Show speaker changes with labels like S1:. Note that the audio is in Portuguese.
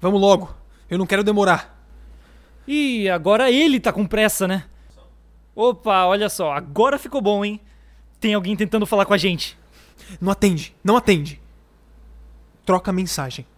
S1: Vamos logo. Eu não quero demorar.
S2: Ih, agora ele tá com pressa, né? Opa, olha só, agora ficou bom, hein? Tem alguém tentando falar com a gente.
S1: Não atende, não atende. Troca a mensagem.